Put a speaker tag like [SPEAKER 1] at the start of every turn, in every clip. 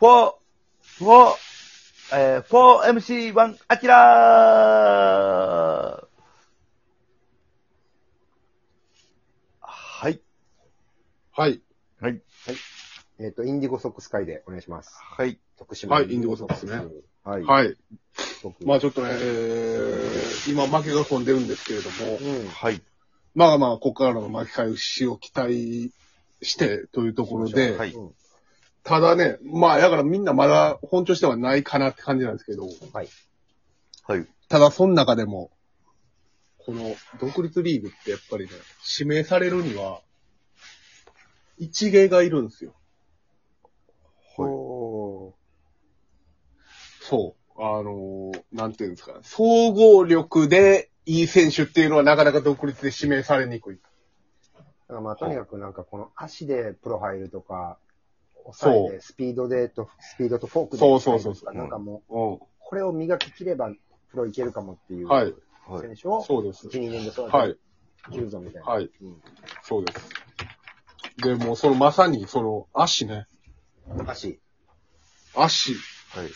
[SPEAKER 1] 4、4、えー、4MC1 アキラーはい。
[SPEAKER 2] はい。
[SPEAKER 1] はい。
[SPEAKER 3] えっ、と、インディゴソックス会でお願いします。
[SPEAKER 1] はい。
[SPEAKER 3] 徳島。
[SPEAKER 2] はいインディゴソックスね。
[SPEAKER 3] はい。
[SPEAKER 2] はい。
[SPEAKER 3] 僕
[SPEAKER 2] まあちょっとね、えー、今負けが込んでるんですけれども
[SPEAKER 3] う、ん。
[SPEAKER 1] はい。
[SPEAKER 2] まあまあ、ここからの巻き返しを期待してというところで、
[SPEAKER 1] はい
[SPEAKER 3] うん
[SPEAKER 2] ただね、まあ、だからみんなまだ本調子ではないかなって感じなんですけど、
[SPEAKER 3] はい。
[SPEAKER 1] はい。
[SPEAKER 2] ただその中でも、この独立リーグってやっぱりね、指名されるには、一芸がいるんですよ。
[SPEAKER 1] はい。
[SPEAKER 3] ほ
[SPEAKER 2] そう。あのーなんていうんですか、総合力でいい選手っていうのはなかなか独立で指名されにくい。
[SPEAKER 3] ーだからまあ、とにかくなんかこの足でプロ入るとか、抑え
[SPEAKER 2] そ
[SPEAKER 3] で、スピードでと、スピードとフォークで。
[SPEAKER 2] そうそうそうそう
[SPEAKER 3] なんかもう、
[SPEAKER 2] うん。
[SPEAKER 3] これを磨き切ればプロいけるかもっていう。
[SPEAKER 2] はい。
[SPEAKER 1] はい。
[SPEAKER 3] 選手を、
[SPEAKER 2] そうです
[SPEAKER 3] 1、。2年で育
[SPEAKER 2] は
[SPEAKER 3] て
[SPEAKER 2] い。
[SPEAKER 3] てるぞみたいな。
[SPEAKER 2] はい。
[SPEAKER 3] うん
[SPEAKER 2] そうです。で、もうそのまさにその足ね。
[SPEAKER 3] 足。
[SPEAKER 2] 足、
[SPEAKER 1] はい。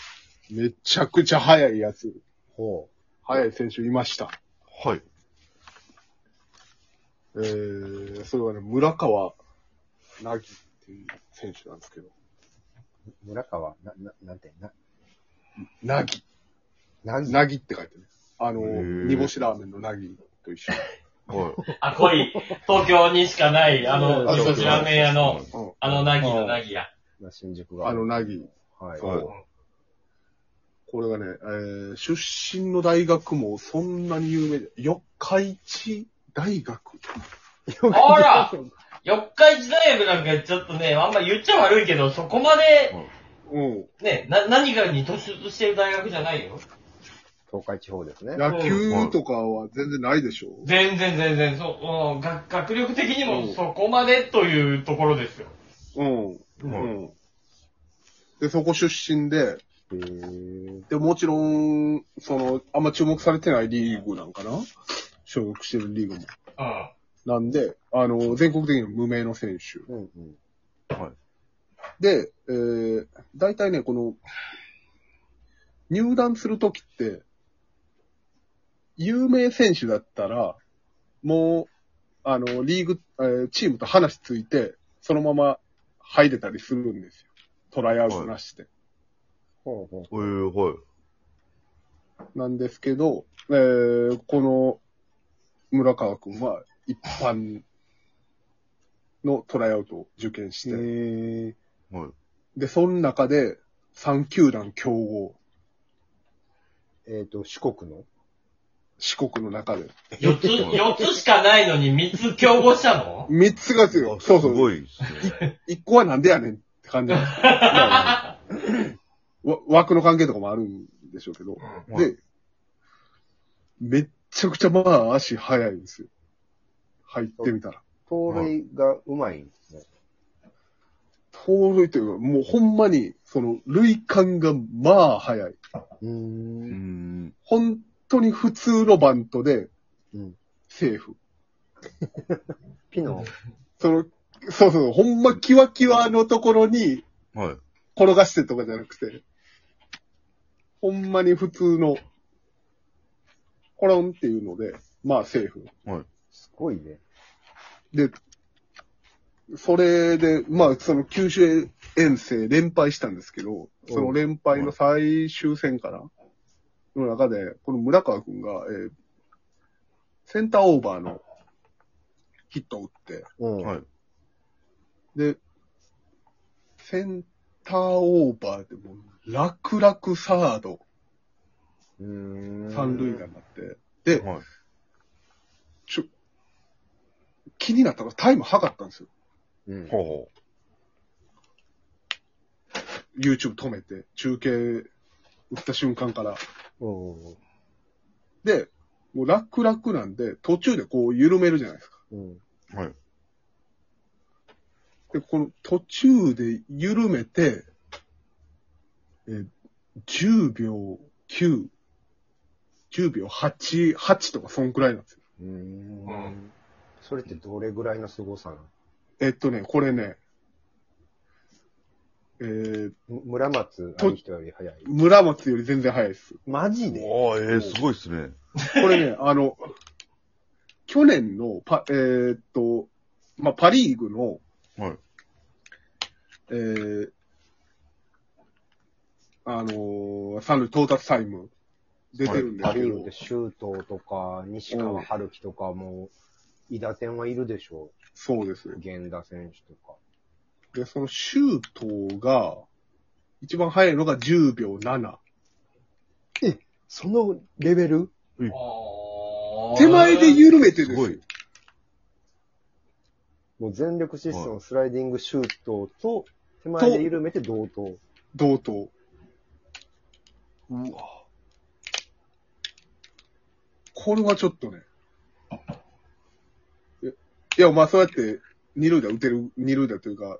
[SPEAKER 2] めちゃくちゃ速いやつ。
[SPEAKER 3] ほ
[SPEAKER 2] 速い選手いました。
[SPEAKER 1] はい。
[SPEAKER 2] えー、それはね、村川なぎっていう選手なんですけど。
[SPEAKER 3] う。村川、な、な、なんて、な、
[SPEAKER 2] なぎ。
[SPEAKER 3] なぎ。
[SPEAKER 2] なぎって書いてね。あの、
[SPEAKER 1] へー
[SPEAKER 2] 煮干しラーメンのなぎと一緒。
[SPEAKER 1] はい。
[SPEAKER 4] あ、濃い。東京にしかない、あの、
[SPEAKER 3] あそう
[SPEAKER 4] 味噌
[SPEAKER 3] そう
[SPEAKER 4] 汁ラーメン屋の、
[SPEAKER 2] うん
[SPEAKER 4] あの、なぎのなぎや。
[SPEAKER 3] な新宿が。
[SPEAKER 2] あの、なぎ。
[SPEAKER 3] はい。
[SPEAKER 2] そうう。これがね、えー、出身の大学もそんなに有名じゃ、四日市大学。
[SPEAKER 4] あら四日市大学なんかちょっとね、あんま言っちゃ悪いけど、そこまで、
[SPEAKER 2] うん。
[SPEAKER 4] ね、な、何かに突出してる大学じゃないよ。
[SPEAKER 3] 東海地方ですね。
[SPEAKER 2] 野球とかは全然ないでしょ
[SPEAKER 4] 全然全然、そう、うん、学学力的にもそこまでというところですよ。
[SPEAKER 2] うん。う
[SPEAKER 1] はい
[SPEAKER 2] ん。で、そこ出身で、
[SPEAKER 3] へー
[SPEAKER 2] で、もちろん、その、あんま注目されてないリーグなんかな所属してるリーグも。
[SPEAKER 4] うん。
[SPEAKER 2] なんで、あの、全国的には無名の選手。
[SPEAKER 3] うんうん。
[SPEAKER 2] で、えー、大体ね、この、入団するときって、有名選手だったら、もう、あの、リーグ、えーチームと話ついて、そのまま入れたりするんですよ。トライアウトなしで。
[SPEAKER 3] ほうほう。
[SPEAKER 1] えー、はい。
[SPEAKER 2] なんですけど、えー、この村川くんは一般のトライアウトを受験して、
[SPEAKER 3] へ
[SPEAKER 1] はい。
[SPEAKER 2] で、その中で3球団競合、
[SPEAKER 3] えっ、と、四国の
[SPEAKER 2] 四国の中で。
[SPEAKER 4] 四つ、四つしかないのに三つ競合したの
[SPEAKER 2] 3つがですよ。そう
[SPEAKER 1] す
[SPEAKER 2] そう。
[SPEAKER 1] ごいですね。
[SPEAKER 2] 1個はなんでやねんって感じなん ですよまあわ枠の関係とかもあるんでしょうけど。
[SPEAKER 1] うん
[SPEAKER 2] で、めっちゃくちゃまあ足速いんですよ。入ってみたら。
[SPEAKER 3] 盗塁がうまいんですね。
[SPEAKER 2] 盗塁というか、もうほんまに、その、塁間がまあ早い。
[SPEAKER 3] う
[SPEAKER 1] うー
[SPEAKER 3] ーん。
[SPEAKER 1] ん。
[SPEAKER 2] 本当に普通のバントで
[SPEAKER 3] うん、
[SPEAKER 2] セーフ。
[SPEAKER 3] ピノ、
[SPEAKER 2] その、そうそう、ほんまキワキワのところに
[SPEAKER 1] はい。
[SPEAKER 2] 転がしてとかじゃなくて、ほんまに普通の、コロンっていうので、まあセーフ。
[SPEAKER 3] すごいね。
[SPEAKER 2] で、それで、まあ、その九州遠征連敗したんですけど、その連敗の最終戦かなの中で、この村川くんが、えーセンターオーバーのヒットを打って、
[SPEAKER 3] うん。
[SPEAKER 1] はい。
[SPEAKER 2] で、センターオーバーでもう楽々サード、
[SPEAKER 3] うーん。
[SPEAKER 2] 三塁打になって、で、
[SPEAKER 1] はい。
[SPEAKER 2] ちょ、気になったのがタイム測ったんですよ。
[SPEAKER 3] うん。
[SPEAKER 1] ほ
[SPEAKER 2] YouTube 止めて、中継打った瞬間から。
[SPEAKER 3] うん。
[SPEAKER 2] で、もう楽々なんで、途中でこう緩めるじゃないですか。
[SPEAKER 3] うん。
[SPEAKER 1] う。はい。
[SPEAKER 2] で、この途中で緩めて、え、10秒9、10秒8、8とかそんくらいなんですよ。
[SPEAKER 3] うー。
[SPEAKER 4] うん
[SPEAKER 3] それってどれぐらいの凄さなの
[SPEAKER 2] えっとね、これね、えー、
[SPEAKER 3] む村松あの人より早い。
[SPEAKER 2] 村松より全然早いです。
[SPEAKER 3] マジで
[SPEAKER 1] おー、えー、すごいっすね。
[SPEAKER 2] これね、あの、去年のパ、えーっと、まあ、パリーグの、
[SPEAKER 1] はい
[SPEAKER 2] えー、あのー、三塁到達タイム、出てるんです
[SPEAKER 3] パリ
[SPEAKER 2] け
[SPEAKER 3] ー
[SPEAKER 2] ど、
[SPEAKER 3] グで周東とか、西川春樹とかも、伊打線はいるでしょ
[SPEAKER 2] そうです
[SPEAKER 3] う。
[SPEAKER 2] ね。
[SPEAKER 3] 源田選手とか。
[SPEAKER 2] で、そのシュートが、一番早いのが10秒7。
[SPEAKER 3] そのレベル
[SPEAKER 2] 手前で緩めてですす。
[SPEAKER 1] ごい。
[SPEAKER 3] もう全力疾走のスライディングシュートと、手前で緩めて同等。
[SPEAKER 2] 同等。
[SPEAKER 1] うわ。
[SPEAKER 2] これはちょっとね。いやいや、まあそうやって、二塁打打てる、二塁打というか、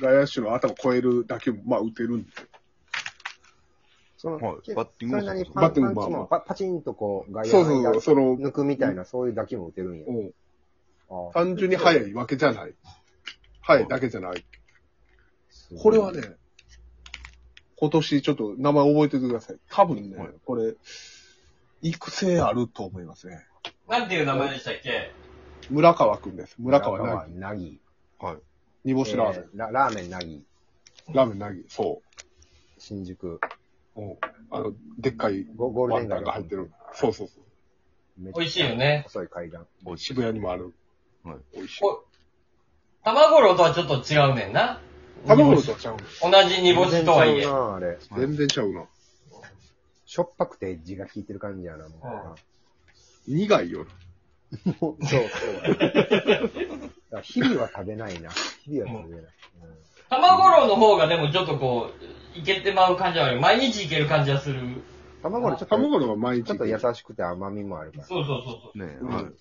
[SPEAKER 2] 外野手の頭超えるだけも、まあ打てるんで。
[SPEAKER 3] その、
[SPEAKER 1] はい
[SPEAKER 3] 結
[SPEAKER 1] バッティングも
[SPEAKER 3] それなりに
[SPEAKER 1] そう
[SPEAKER 3] パン
[SPEAKER 2] バッ
[SPEAKER 3] パン
[SPEAKER 2] ティング
[SPEAKER 3] チ
[SPEAKER 2] まあま
[SPEAKER 3] もパパチンとこう、外
[SPEAKER 2] そう
[SPEAKER 3] 野
[SPEAKER 2] そう
[SPEAKER 3] の
[SPEAKER 2] そう、その、
[SPEAKER 3] 抜くみたいな、そういう打球も打てるんや。
[SPEAKER 2] うん
[SPEAKER 3] ああ
[SPEAKER 2] 単純に速いわけじゃない。速いだけじゃない。これはね、、今年ちょっと名前覚えててください。多分ね
[SPEAKER 1] はい、
[SPEAKER 2] これ、育成あると思いますね。
[SPEAKER 4] なんていう名前でしたっけ
[SPEAKER 2] 村川くんです。村川なぎ。
[SPEAKER 3] なぎ。
[SPEAKER 1] はい。
[SPEAKER 2] 煮干しラーメン
[SPEAKER 3] え。ーララーメンなぎ。
[SPEAKER 2] ラーメンなぎ。そう。
[SPEAKER 3] 新宿。
[SPEAKER 2] うんあの、でっかい
[SPEAKER 3] ゴゴール
[SPEAKER 2] ワ
[SPEAKER 3] デン
[SPEAKER 2] ン
[SPEAKER 3] 街
[SPEAKER 2] タンが入ってる。。そうそうそう。
[SPEAKER 3] めっちゃ
[SPEAKER 4] 美味しいよね。
[SPEAKER 3] 細い階段。
[SPEAKER 1] おいしい。
[SPEAKER 2] 渋谷にもある。
[SPEAKER 1] はい
[SPEAKER 2] 美味しい。
[SPEAKER 4] お卵郎とはちょっと違うねんな。
[SPEAKER 2] 卵のとはちゃうの
[SPEAKER 4] 同じ煮干しとはいえ
[SPEAKER 3] 全然ち。ゃうなあれ。
[SPEAKER 1] はい
[SPEAKER 2] 全然ちゃうな。
[SPEAKER 3] しょっぱくてエッジが効いてる感じやな、もう
[SPEAKER 4] うん
[SPEAKER 2] 苦いよな。
[SPEAKER 3] もう。そう、そうや。だ から日々は食べないな。日々は食べない。うん
[SPEAKER 4] 卵郎の方がでもちょっとこう、いけてまう感じはある。毎日いける感じはする。
[SPEAKER 3] 卵のちょっと、
[SPEAKER 2] 卵のが毎日。
[SPEAKER 3] ちょっと優しくて甘みもあるから。
[SPEAKER 4] そうそうそう
[SPEAKER 1] ねえ、
[SPEAKER 2] うん
[SPEAKER 1] はい。
[SPEAKER 4] そう。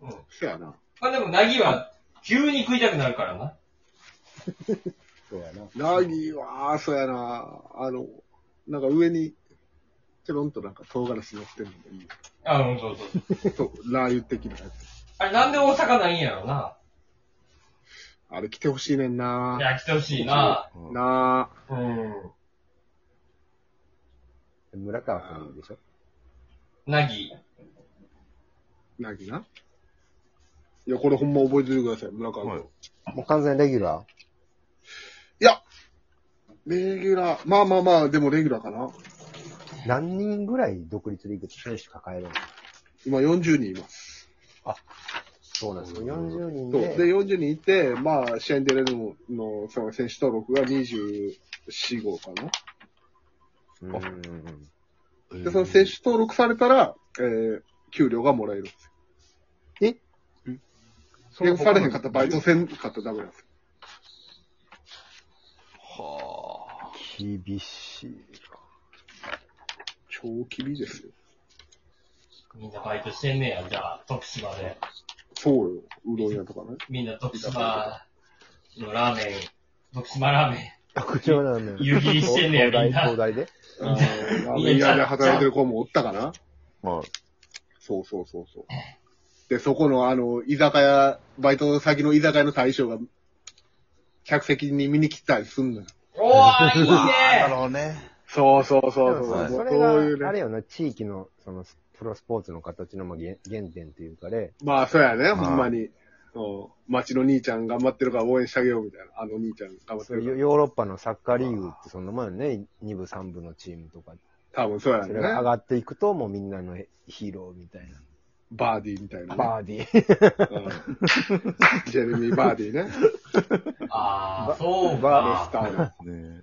[SPEAKER 4] うん。
[SPEAKER 2] そうやな。
[SPEAKER 4] まあでも、なぎは、急に食いたくなるからな。
[SPEAKER 3] そうやな。
[SPEAKER 2] ラギは、そうやな。あの、なんか上に、ちょろんとなんか唐辛子乗ってるのもいいよ。
[SPEAKER 4] あ、うん、そうそう。
[SPEAKER 2] そう、ラー油的なやつ。
[SPEAKER 4] あれ、なんで大阪ないんやろな。
[SPEAKER 2] あれ来てほしいねん
[SPEAKER 4] い
[SPEAKER 2] な。
[SPEAKER 4] や、来てほしいな。
[SPEAKER 1] うん
[SPEAKER 2] なあ。
[SPEAKER 4] うん。
[SPEAKER 3] 村川さんでしょ
[SPEAKER 4] なぎ。
[SPEAKER 2] なぎな。いや、これほんま覚えててください、村川君。
[SPEAKER 1] はい
[SPEAKER 3] もう完全レギュラー
[SPEAKER 2] レギュラー。まあまあまあ、でもレギュラーかな。
[SPEAKER 3] 何人ぐらい独立リーグ選手抱えるの
[SPEAKER 2] 今40人います。
[SPEAKER 3] そうなんですよ。40人
[SPEAKER 2] そう。
[SPEAKER 3] で。
[SPEAKER 2] で、40人いて、まあ、試合に出れるのの、その選手登録が24、号かな。
[SPEAKER 3] うんうんうん
[SPEAKER 2] で、その選手登録されたら、えー、給料がもらえるんです
[SPEAKER 3] そ
[SPEAKER 2] よ。
[SPEAKER 3] の
[SPEAKER 2] で、されへんかったらバイトせんかったらダメなんですよ。
[SPEAKER 1] は
[SPEAKER 3] 厳し い。
[SPEAKER 2] 超厳しいですよ。
[SPEAKER 4] みんなバイトしてんねや、じゃあ、徳島で。
[SPEAKER 2] そうよ。うどん屋とかね。
[SPEAKER 4] みんな徳島のラーメン、徳島ラーメ
[SPEAKER 3] 特徴なんだよ。
[SPEAKER 4] 湯切りしてんねや
[SPEAKER 3] 東
[SPEAKER 4] みんな
[SPEAKER 3] 東大で。
[SPEAKER 2] あー ラーメン屋で働いてる子もおったかな。
[SPEAKER 1] あ。はい。
[SPEAKER 2] そうそうそうそう。で、そこの、あの、居酒屋、バイト先の居酒屋の大将が、客席に見に来たりすんのよ。
[SPEAKER 4] ン。おー、いいね
[SPEAKER 1] ろうね。
[SPEAKER 2] そうそうそ
[SPEAKER 3] でも
[SPEAKER 1] そう
[SPEAKER 3] さそ
[SPEAKER 2] そう
[SPEAKER 3] れ
[SPEAKER 2] いう
[SPEAKER 3] が、あ
[SPEAKER 2] ね。
[SPEAKER 3] れよな、地域の、その、プロスポーツの形のまあ原原点というかで、
[SPEAKER 2] まあ、そうやね、
[SPEAKER 1] い
[SPEAKER 2] ほんまに。うん町の兄ちゃん頑張ってるから応援してあげようみたいな。あの兄ちゃん頑張って
[SPEAKER 3] そう
[SPEAKER 2] る
[SPEAKER 3] ヨ
[SPEAKER 2] か
[SPEAKER 3] ヨーロッパのサッカーリーグってそんなもんよね、2部、3部のチームとか。
[SPEAKER 2] ら。多分そうや
[SPEAKER 3] それが上
[SPEAKER 2] ね。
[SPEAKER 3] がっていくと、もうみんなのヒーローみたい
[SPEAKER 2] バーディーみたいな
[SPEAKER 3] な。
[SPEAKER 2] ね、
[SPEAKER 3] バーディ
[SPEAKER 2] う
[SPEAKER 3] ー。
[SPEAKER 2] んジェレミー・バーディーね。
[SPEAKER 4] あー、そう
[SPEAKER 2] レス
[SPEAKER 4] か。
[SPEAKER 2] ターの。
[SPEAKER 1] ね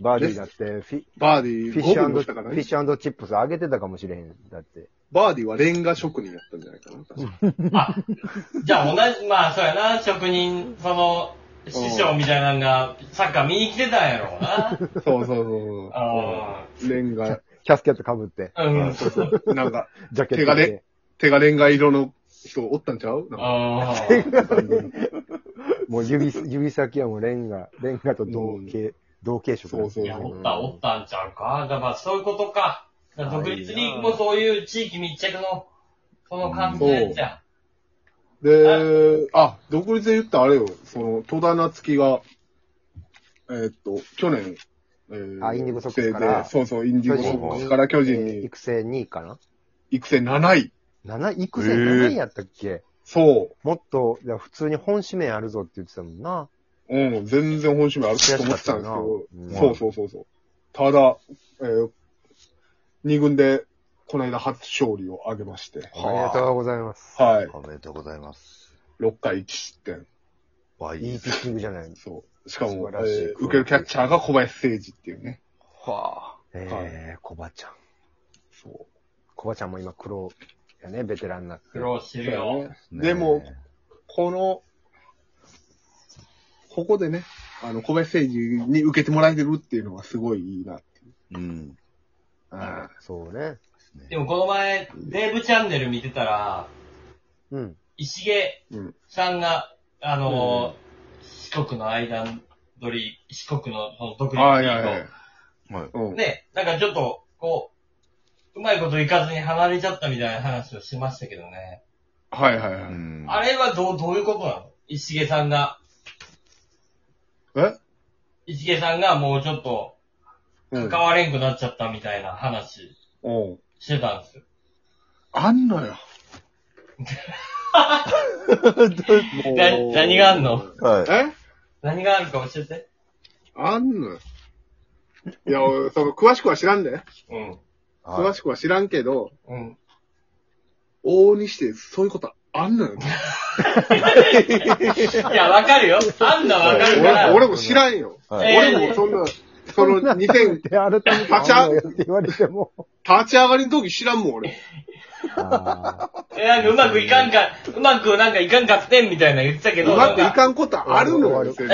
[SPEAKER 3] バーディーだってフィ、
[SPEAKER 2] バーディ
[SPEAKER 3] フィ
[SPEAKER 2] ー
[SPEAKER 3] ッシ
[SPEAKER 2] 5
[SPEAKER 3] ュ
[SPEAKER 2] 分もしたから
[SPEAKER 3] フィッ
[SPEAKER 2] ね。
[SPEAKER 3] シュチップス上げてたかもしれへん。だって。
[SPEAKER 2] バーディーはレンガ職人やったんじゃないかな。確か
[SPEAKER 4] あ、じゃあ同じ、まあそうやな、職人、その、師匠みたいなのが、サッカー見に来てたんや ろうな。
[SPEAKER 2] そうそうそう
[SPEAKER 4] あ
[SPEAKER 2] そう。レンガ、
[SPEAKER 3] キャスケット被って、
[SPEAKER 4] ーうん、そうそう。
[SPEAKER 2] なんか、
[SPEAKER 3] ジャケット着て。
[SPEAKER 2] 手がレンガ色の人おったんちゃうなんか
[SPEAKER 4] あー。
[SPEAKER 3] もう指 す、指先はもうレンガ、レンガと同系、同系色だ。
[SPEAKER 2] そうそう
[SPEAKER 4] いや、おった、おったんちゃうか。だから、そういうことか。だから独立リーグもそういう地域密着の、その感じやじゃ
[SPEAKER 2] で、あ、独立で言ったらあれよ、その、戸田夏樹が、えーっと、去年、えー
[SPEAKER 3] あインディゴソックスから
[SPEAKER 2] 育成でそうそう、インディゴソックスから巨人
[SPEAKER 3] えー
[SPEAKER 2] に
[SPEAKER 3] 育成2位かな
[SPEAKER 2] 育成7位。
[SPEAKER 3] ?7 位、育成7位やったっけ、
[SPEAKER 2] そ
[SPEAKER 3] もっと、いや普通に本指名あるぞって言ってたもんな。
[SPEAKER 2] う。うん、全然本心あると思ってたんです
[SPEAKER 3] 悔しかったよ
[SPEAKER 2] けど、
[SPEAKER 3] な
[SPEAKER 2] そうそうそうそう。ただ、えー、2軍で、この間初勝利を挙げまして、
[SPEAKER 3] おめでとうございます。
[SPEAKER 2] はい、
[SPEAKER 1] おめでとうございます。
[SPEAKER 2] 6回1失点。
[SPEAKER 1] わ
[SPEAKER 3] いい
[SPEAKER 1] い
[SPEAKER 3] ピ。ッチングじゃない。
[SPEAKER 2] そう。しかも、
[SPEAKER 3] 素晴
[SPEAKER 2] え
[SPEAKER 3] らしい
[SPEAKER 2] ー受けるキャッチャーが小林誠司っていうね。
[SPEAKER 1] はあ。
[SPEAKER 3] えー、コバちゃん。
[SPEAKER 2] そう。
[SPEAKER 3] コバちゃんも今苦労やね、ベテランになって。
[SPEAKER 4] 苦労してる
[SPEAKER 2] そう
[SPEAKER 4] よ
[SPEAKER 2] や。ねでも、この、ここでね、あの、小林誠司に受けてもらえてるっていうのがすごいいいなっていう。
[SPEAKER 1] うん。
[SPEAKER 2] あ
[SPEAKER 3] そうね。
[SPEAKER 4] でもこの前、デーブチャンネル見てたら、
[SPEAKER 3] うん。
[SPEAKER 4] 石毛
[SPEAKER 2] うん
[SPEAKER 4] さんが、あのー、四国の間取り、四国のその独立リ
[SPEAKER 2] ああ、いやいや
[SPEAKER 4] ー
[SPEAKER 2] い
[SPEAKER 1] はい。
[SPEAKER 2] や。う
[SPEAKER 4] グ
[SPEAKER 2] ん。
[SPEAKER 4] で、なんかちょっと、こう、うまいこといかずに離れちゃったみたいな話をしましたけどね。
[SPEAKER 2] はいはいうはい。
[SPEAKER 1] ん。
[SPEAKER 4] あれはどう、どういうことなの石毛さんが、
[SPEAKER 2] え
[SPEAKER 4] 石毛さんがもうちょっと
[SPEAKER 2] うん
[SPEAKER 4] 関。われんくなっちゃったみたいな話
[SPEAKER 2] うん。
[SPEAKER 4] してたんですよ。
[SPEAKER 2] あん のよ。もう
[SPEAKER 4] な何があんの
[SPEAKER 1] はい。
[SPEAKER 2] え
[SPEAKER 4] 何があるか教えて。
[SPEAKER 2] あんのよ。いや、俺その、詳しくは知らんで。
[SPEAKER 4] うん。
[SPEAKER 2] 詳しくは知らんけど、
[SPEAKER 4] うん。
[SPEAKER 2] 往々にして、そういうことあんのよ。
[SPEAKER 4] いや、わかるよ。あんなわかるか
[SPEAKER 2] 俺
[SPEAKER 4] ら。
[SPEAKER 2] 俺も知らんよ。
[SPEAKER 1] はい
[SPEAKER 4] えー
[SPEAKER 2] 俺もそんな、その2000、立
[SPEAKER 3] で、改めて、
[SPEAKER 2] パチャ
[SPEAKER 3] あんのよって言われても。
[SPEAKER 2] ち上がりの時知らんもん、俺。
[SPEAKER 3] あー
[SPEAKER 4] え、なんかうまくいかんか、うまくなんかいかんかってんみたいなの言ってたけど、
[SPEAKER 2] うまくい
[SPEAKER 4] なんか
[SPEAKER 2] かんことあるのよ。別に